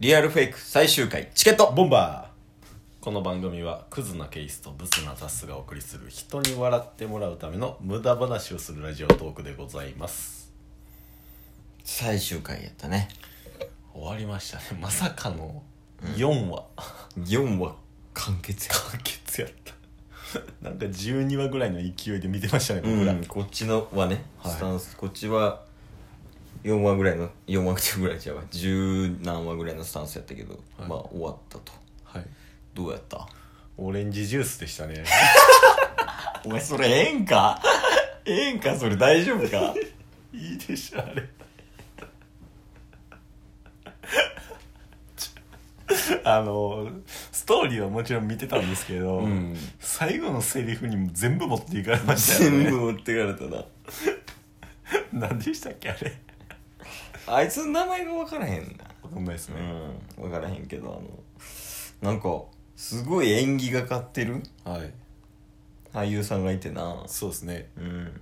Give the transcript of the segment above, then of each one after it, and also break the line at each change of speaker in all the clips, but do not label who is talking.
リアルフェイク最終回チケット
ボンバ
この番組はクズなケースとブスなタスがお送りする人に笑ってもらうための無駄話をするラジオトークでございます
最終回やったね
終わりましたねまさかの4話、
4話完結や
完結やったなんか12話ぐらいの勢いで見てましたね僕
僕
ら、
らこっちのはね、
はい
スタンスこっちは4話ぐらいの4話ぐらいじゃうわ十何話ぐらいのスタンスやったけど、
はい
まあ終わったと
はい
どうやった
オレンジジュースでしたね
お前それええんか ええんかそれ大丈夫か
いいでしょあれあのストーリーはもちろん見てたんですけど、
うん
最後のセリフにも全部持っていかれましたよ
全部
ね
持ってかれたな
何でしたっけあれ
あいつの名前が分からへんな
わかんないですね、
うん分からへんけどあのなんかすごい演技がかってる
はい
俳優さんがいてな
そうですね
うん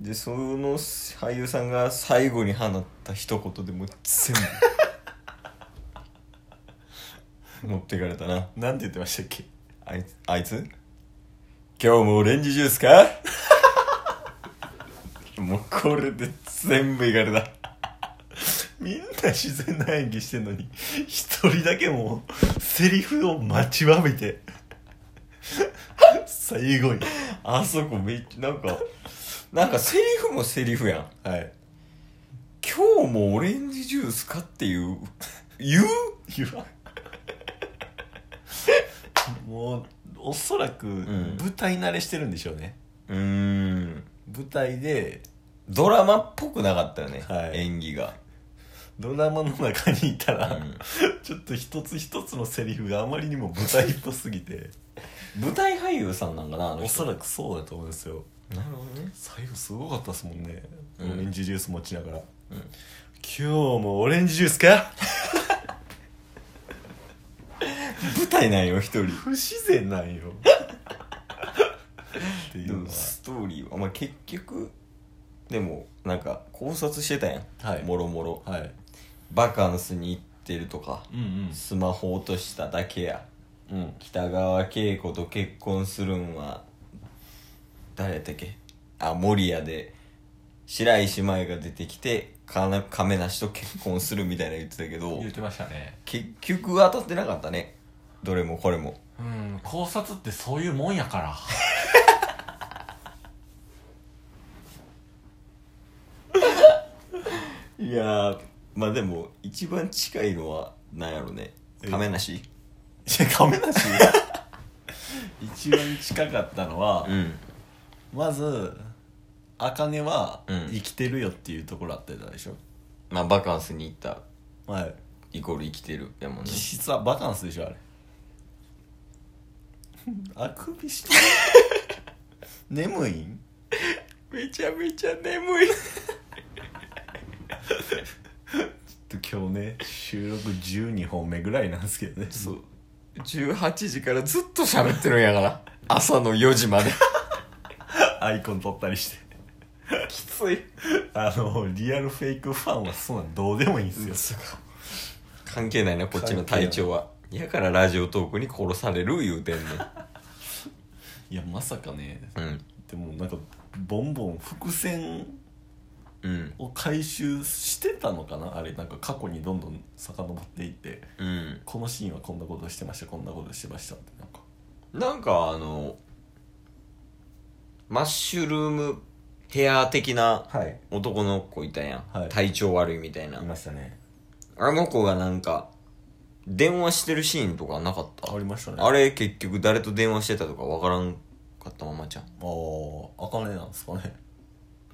でその俳優さんが最後に放った一言でもう全部持ってかれたな
なんて言ってましたっけ
あいつあいつ今日もオレンジジュースかもうこれで全部いかれた
みんな自然な演技してんのに一人だけもうセリフを待ちわびて最後に
あそこめっちゃなんかなんかセリフもセリフやん
はい
今日もオレンジジュースかっていう言う
言わん もうおそらく
ん
舞台慣れしてるんでしょうね、
うーん
舞台で
ドラマっぽくなかったよね、
はい
演技が
ドラマの中にいたら、
うん
ちょっと一つ一つのセリフがあまりにも舞台っぽすぎて
舞台俳優さんなんかなあの
お
人
そらくそうだと思うんですよ
なるほどね
最後すごかったですもんね、
うん
オレンジジュース持ちながら、
ん
今日もオレンジジュースか
舞台なんよ一人
不自然なんよってい
で
うの
も
は
ストーリーは、まあ、結局でもなんか考察してたやん、
はい
もろもろ
はい
バカンスに行ってるとか
うん
スマホ落としただけや
うんうん
北川景子と結婚するんは誰やったっけあ守谷で白石麻衣が出てきてかな亀梨と結婚するみたいな言ってたけど
言ってましたね
結局当たってなかったねどれもこれも
うん考察ってそういうもんやから
いやーまあでも一番近いのはなんやろね
え
亀梨
亀梨 一番近かったのは、
ん
まず茜は
うん
生きてるよっていうところあったじゃないでしょ、
まあバカンスに行った
はい
イコール生きてるやもんね
実質はバカンスでし ょあれあくびしてる眠いん
めちゃめちゃ眠い
今日ね収録12本目ぐらいなんですけどね
そう18時からずっと喋ってるんや から朝の4時まで
アイコン撮ったりして
きつい
あのリアルフェイクファンはそんなんどうでもいいんですよ
関係ないなこっちの体調はやからラジオトークに殺される言うてん ね
いやまさかね
ん
でもなんかボンボン伏線
うん
を回収してたのかなあれなんか過去にどんどん遡っていって
うん
このシーンはこんなことしてましたこんなことしてましたってなんか
うんなんかあのマッシュルームヘア的な
はい
男の子いたやん、
はい
体調悪いみたいな
したね
あの子がなんか電話してるシーンとかなかった
ありましたね
あれ結局誰と電話してたとかわからんかったままじゃん
ああかねなんですかね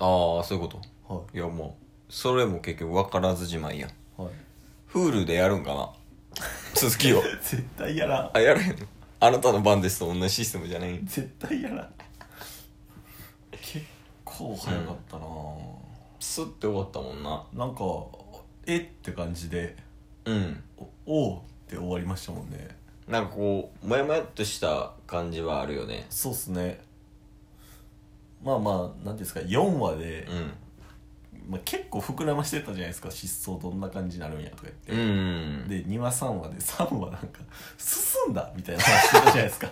ああそういうこと
はい
やもうそれも結局分からずじまいやん
いはい
Hulu でやるんか な続きを
絶対やらん
あやらへんのあなたの番ですと同じシステムじゃない
絶対やらん結構早かったな、
スッて終わったもんな
なんかえって感じで
うん
おおうって終わりましたもんね
なんかこうモヤモヤっとした感じはあるよね
そうっすねまあまあ何ですか4話で
うん
まあ、結構膨らましてたじゃないですか失踪どんな感じになるんやとか言って、
うん
で2話3話で3話なんか進んだみたいな話してたじゃないですか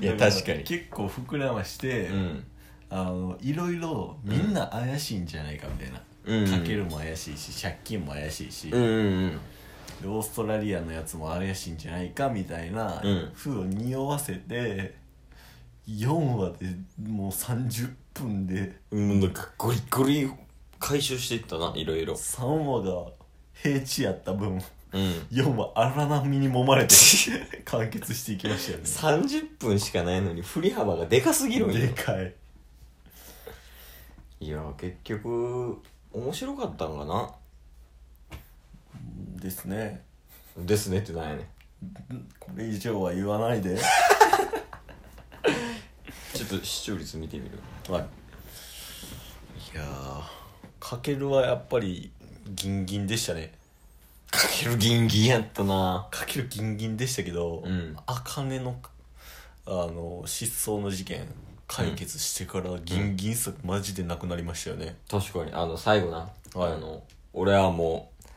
いや
だら
確かに
結構膨らまして、
うん
あのいろいろみんな怪しいんじゃないかみたいな、
うん
かけるも怪しいし借金も怪しい
うん
し、で
うん
オーストラリアのやつも怪しいんじゃないかみたいな
うん
風を匂わせて4話でもう30分で
うんうんなんかゴリゴリ回収していったないろいろ
3話が平地やった分
うん
4話荒波に揉まれ て完結していきましたよね
30分しかないのに振り幅がでかすぎるんよ
でかい
いや結局面白かったんかな
ですね
ですねってなんやねん
これ以上は言わないで
ちょっと視聴率見てみる
はいいやーかけるはやっぱりギンギンでしたね
かけるギンギンやったな
かけるギンギンでしたけど、
うん
あかねのあの失踪の事件解決してからギンギンさ、マジでなくなりましたよね
確かにあの最後な、
はい
あの俺はもう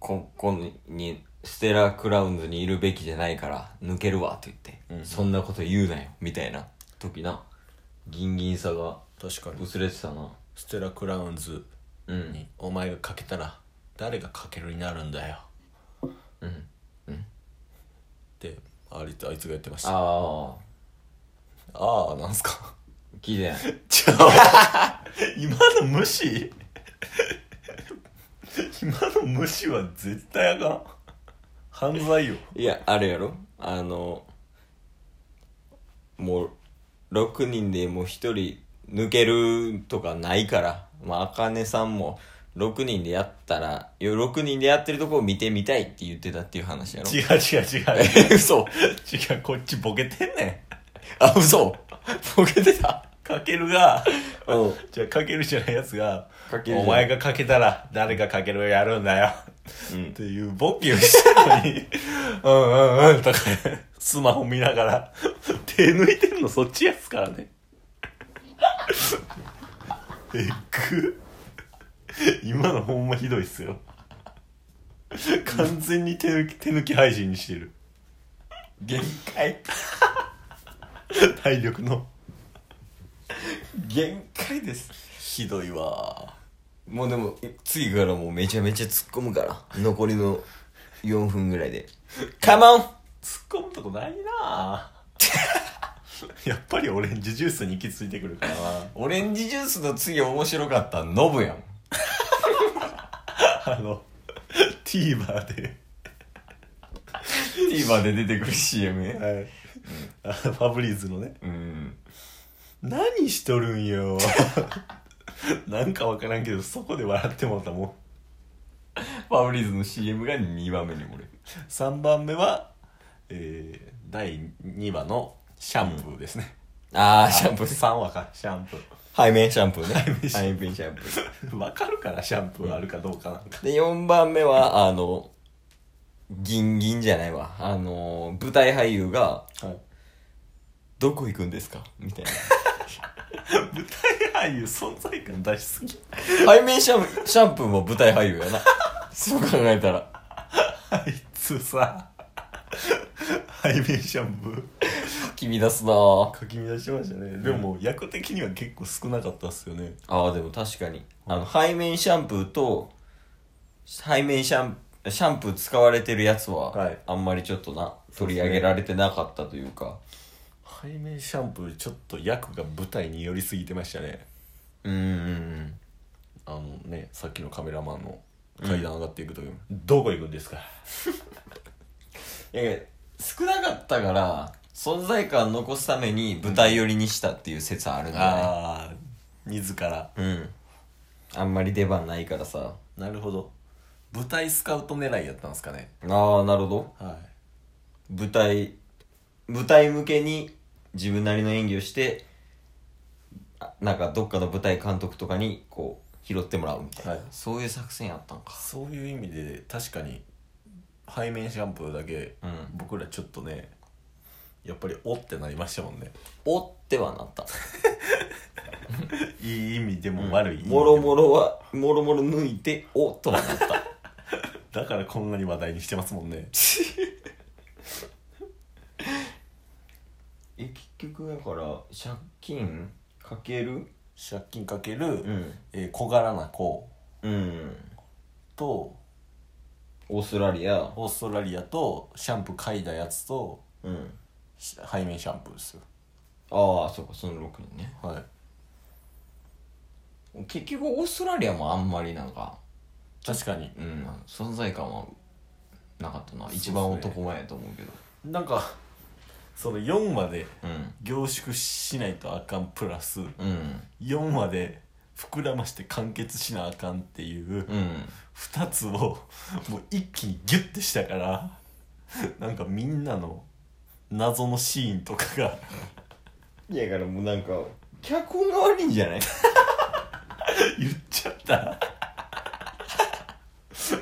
ここにステラ・クラウンズにいるべきじゃないから抜けるわと言って、
うん
そんなこと言うなよみたいな時なギンギンさが
確かに
薄れてたな
ステラ・クラウンズ
うん
にお前がかけたら誰がかけるになるんだよ
うん
ってありあいつが言ってましたあ
ああ
あーなん すか
聞いてない
ちょ今の無視 今の無視は絶対あかん犯罪よ
いやあれやろあのもう6人でもう1人抜けるとかないからまああかねさんも6人でやったらよ6人でやってるとこを見てみたいって言ってたっていう話やろ
違う違う違う
嘘
違うこっちボケてんね
あ嘘ボケてた
んかけるが
うん
じゃあかけるじゃないやつが
かけるじゃない
お前がかけたら誰がかけるをやるんだよ
うん
っていうボケをしたのに うんうんうんとかスマホ見ながら手抜いてんのそっちやつからねえぐ今のほんまひどいっすよ完全に手抜き手抜き配信にしてる
限界
体力の
限界です
ひどいわ
もうでも次からもうめちゃめちゃ突っ込むから残りの4分ぐらいでカモン
突っ込むとこないなぁ やっぱりオレンジジュースに行き着いてくるからな
オレンジジュースの次面白かったノブやん。
あの TVer で、
TVer で出てくる CM ね。
はい あファブリーズのね
うん。
何しとるんよ なんかわからんけどそこで笑ってもらったも
ファブリーズの CM が2番目に俺。
ん3番目は、えー第2話のシャンプーですね、
あー、
あ
シャンプー。
3話かシャンプ
背面シャンプーね。背
面シャンプー
面シャンプー。
ー わかるからシャンプーあるかどうかなんか
で、4番目は、あの、ギンギンじゃないわ。あの、舞台俳優が、
はい
どこ行くんですかみたいな。
舞台俳優存在感出しすぎ
背面シャンプー、シャンプーも舞台俳優やな。そう考えたら。
あいつさ 背面シャンプー
君出すなぁ。
かき乱してましたねでも役的には結構少なかったっすよね
ああでも確かにあの背面シャンプーと背面シャンシャンプー使われてるやつ
は
はいあんまりちょっとな取り上げられてなかったというか
背面シャンプーちょっと役が舞台に寄りすぎてましたね
うーん
あのねさっきのカメラマンの階段上がっていく時も、どこ行くんですか
いや少なかったから存在感残すために舞台寄りにしたっていう説あるんだ
ああ自ら
ねうんあんまり出番ないからさ
なるほど舞台スカウト狙いやったんですかね
ああなるほど
は
舞台舞台向けに自分なりの演技をしてあなんかどっかの舞台監督とかにこう拾ってもらうみたいな、
はい
そういう作戦やったんか
そういう意味で確かに背面シャンプーだけ、
うん
僕らちょっとねやっぱり「お」ってなりましたもんね
おってはなった
いい意味でも悪い意味で
もろもろはもろもろ抜いておとはなった
だからこんなに話題にしてますもんね
え結局だから借金かける
借金かける、
うん
えー小柄な子
うん
と
オーストラリア
オーストラリアとシャンプー嗅いだやつと
うん
し背面シャンプーですよ
ああそうかその6人ね
はい
結局オーストラリアもあんまりなんか
確かに
うん存在感はなかったな、
そうっすね
一番男前やと思うけど
なんかその4まで
うん
凝縮しないとあかんプラス
うん
4まで膨らまして完結しなあかんっていう
うん
2つをもう一気にギュッてしたからなんかみんなの謎のシーンとかが
いやだからもうなんか脚本が悪いんじゃない
言っちゃった8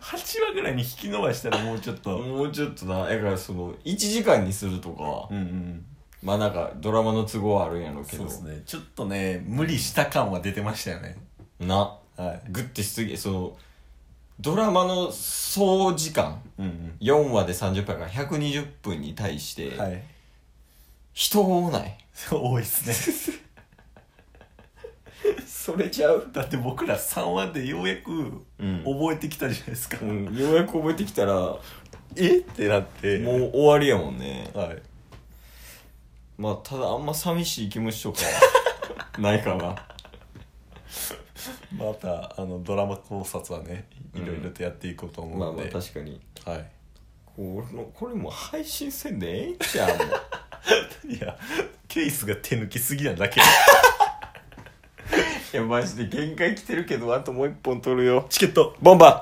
話ぐらいに引き伸ばしたらもうちょっ と
もうちょっとなだからその1時間にするとかは
うんうん
まあなんかドラマの都合はあるんやろうけ
そう
ど
ですねちょっとね無理した感は出てましたよね
な
はい
グッてしすぎそのドラマの総時間
うん
4話で30分やから120分に対して
うんはい
人多ない、
多いっすね
それちゃう
だって僕ら3話でようやく
うん
覚えてきたじゃないですか、
うん、ようやく覚えてきたらも
えってなって
う終わりやもんね
はい
まあただあんま寂しい気持ちとか ないかな
またあのドラマ考察はね
う
い
ん
ろいろとやっていこうと思
まあ
うの
まあ
で、
確かに
はい
このこれもう配信せんでええんちゃ う
いやケースが手抜きすぎなだけ
いやマジで限界来てるけどあともう一本取るよ
チケット
ボンバー